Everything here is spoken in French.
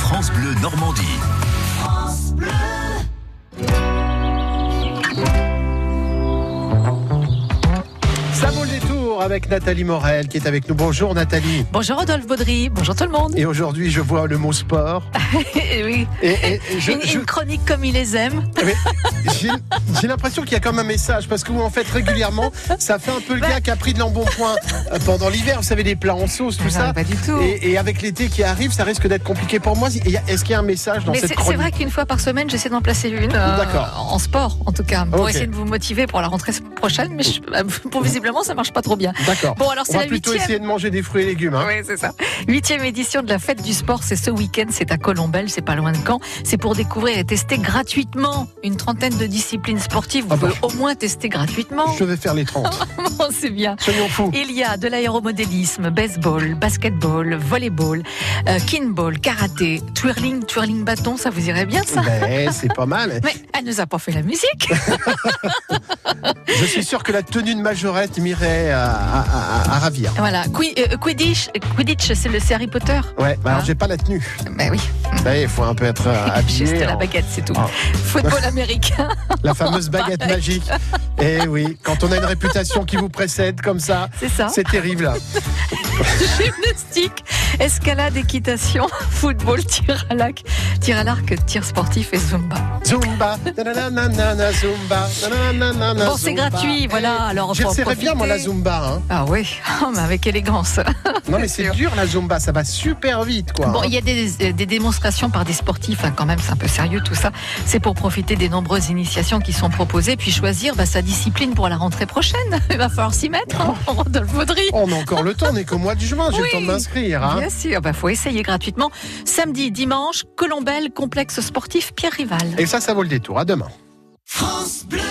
France Bleu Normandie. France Bleu. Ça vaut le détour avec Nathalie Morel qui est avec nous. Bonjour Nathalie. Bonjour Rodolphe Baudry, bonjour tout le monde. Et aujourd'hui, je vois le mot sport. oui. Et, et- et je- une, je- une chronique comme il les aime. mais j'ai- J'ai l'impression qu'il y a comme un message parce que vous en faites régulièrement. Ça fait un peu le gars qui a pris de l'embonpoint euh, pendant l'hiver. Vous savez, les plats en sauce, tout ça. du tout. Et, et avec l'été qui arrive, ça risque d'être compliqué pour moi. Et y a- Est-ce qu'il y a un message dans Mais cette c'est c'est chronique vrai qu'une fois par semaine, j'essaie d'en placer une. euh, D'accord. en sport, en tout cas, pour Ok. essayer de vous motiver pour la rentrée prochaine. Mais je- bah, pour visiblement, ça marche pas trop bien. D'accord. Bon, alors On c'est va la plutôt huitième. essayer de manger des fruits et légumes. hein. Oui, c'est ça. Huitième édition de la fête du sport, c'est ce week-end, c'est à Colombelle, c'est pas loin de Caen. C'est pour découvrir et tester gratuitement une trentaine de disciplines sportives. Vous Ah bah. pouvez au moins tester gratuitement. Oh, Je vais faire les 30. c'est bien. Soyons fous. Il y a de l'aéromodélisme, baseball, basketball, volleyball, euh, kinball, karaté, twirling, twirling bâton, ça vous irait bien ça Ben, c'est pas mal. mais elle nous a pas fait la musique. Je suis sûr que la tenue de majorette m'irait à, à- à- à ravir. voilà. Qui- euh, Quidditch, Quidditch, c'est le c'est Harry Potter. Ouais, bah alors Ah. j'ai pas la tenue. Ben oui. Ben, Il faut un peu être euh, Juste habillé. la en- baguette, c'est tout. Ah. Football américain. La fameuse baguette magique. Eh oui, quand on a une réputation qui vous précède comme ça, C'est ça. c'est terrible. Gymnastique, escalade, équitation, football, tir à l'arc, tir à l'arc, tir sportif et zumba. Zumba, nananana, zumba, nananana, Bon, c'est zumba. gratuit, Eh, voilà. Alors, on J'y peut en resserrais bien, moi, la profiter. Zumba. hein. Ah oui, Ah, mais avec élégance. Non, mais c'est sûr. dur, la Zumba. Ça va super vite, quoi. hein. Bon, il y a des, euh, des démonstrations par des sportifs, hein, quand même, c'est un peu sérieux tout ça. C'est pour profiter des nombreuses initiations qui sont proposées, puis choisir bah, sa discipline pour la rentrée prochaine. Il va falloir s'y mettre, hein, Rodolphe Vaudry. On a encore le temps, on est qu'au mois de juin, j'ai Oui. le temps de m'inscrire. hein. Bien sûr, bah, faut essayer gratuitement. Samedi, dimanche, Colombelle, complexe sportif Pierre Rival. Et ça, ça vaut le détour. À demain. France Bleu.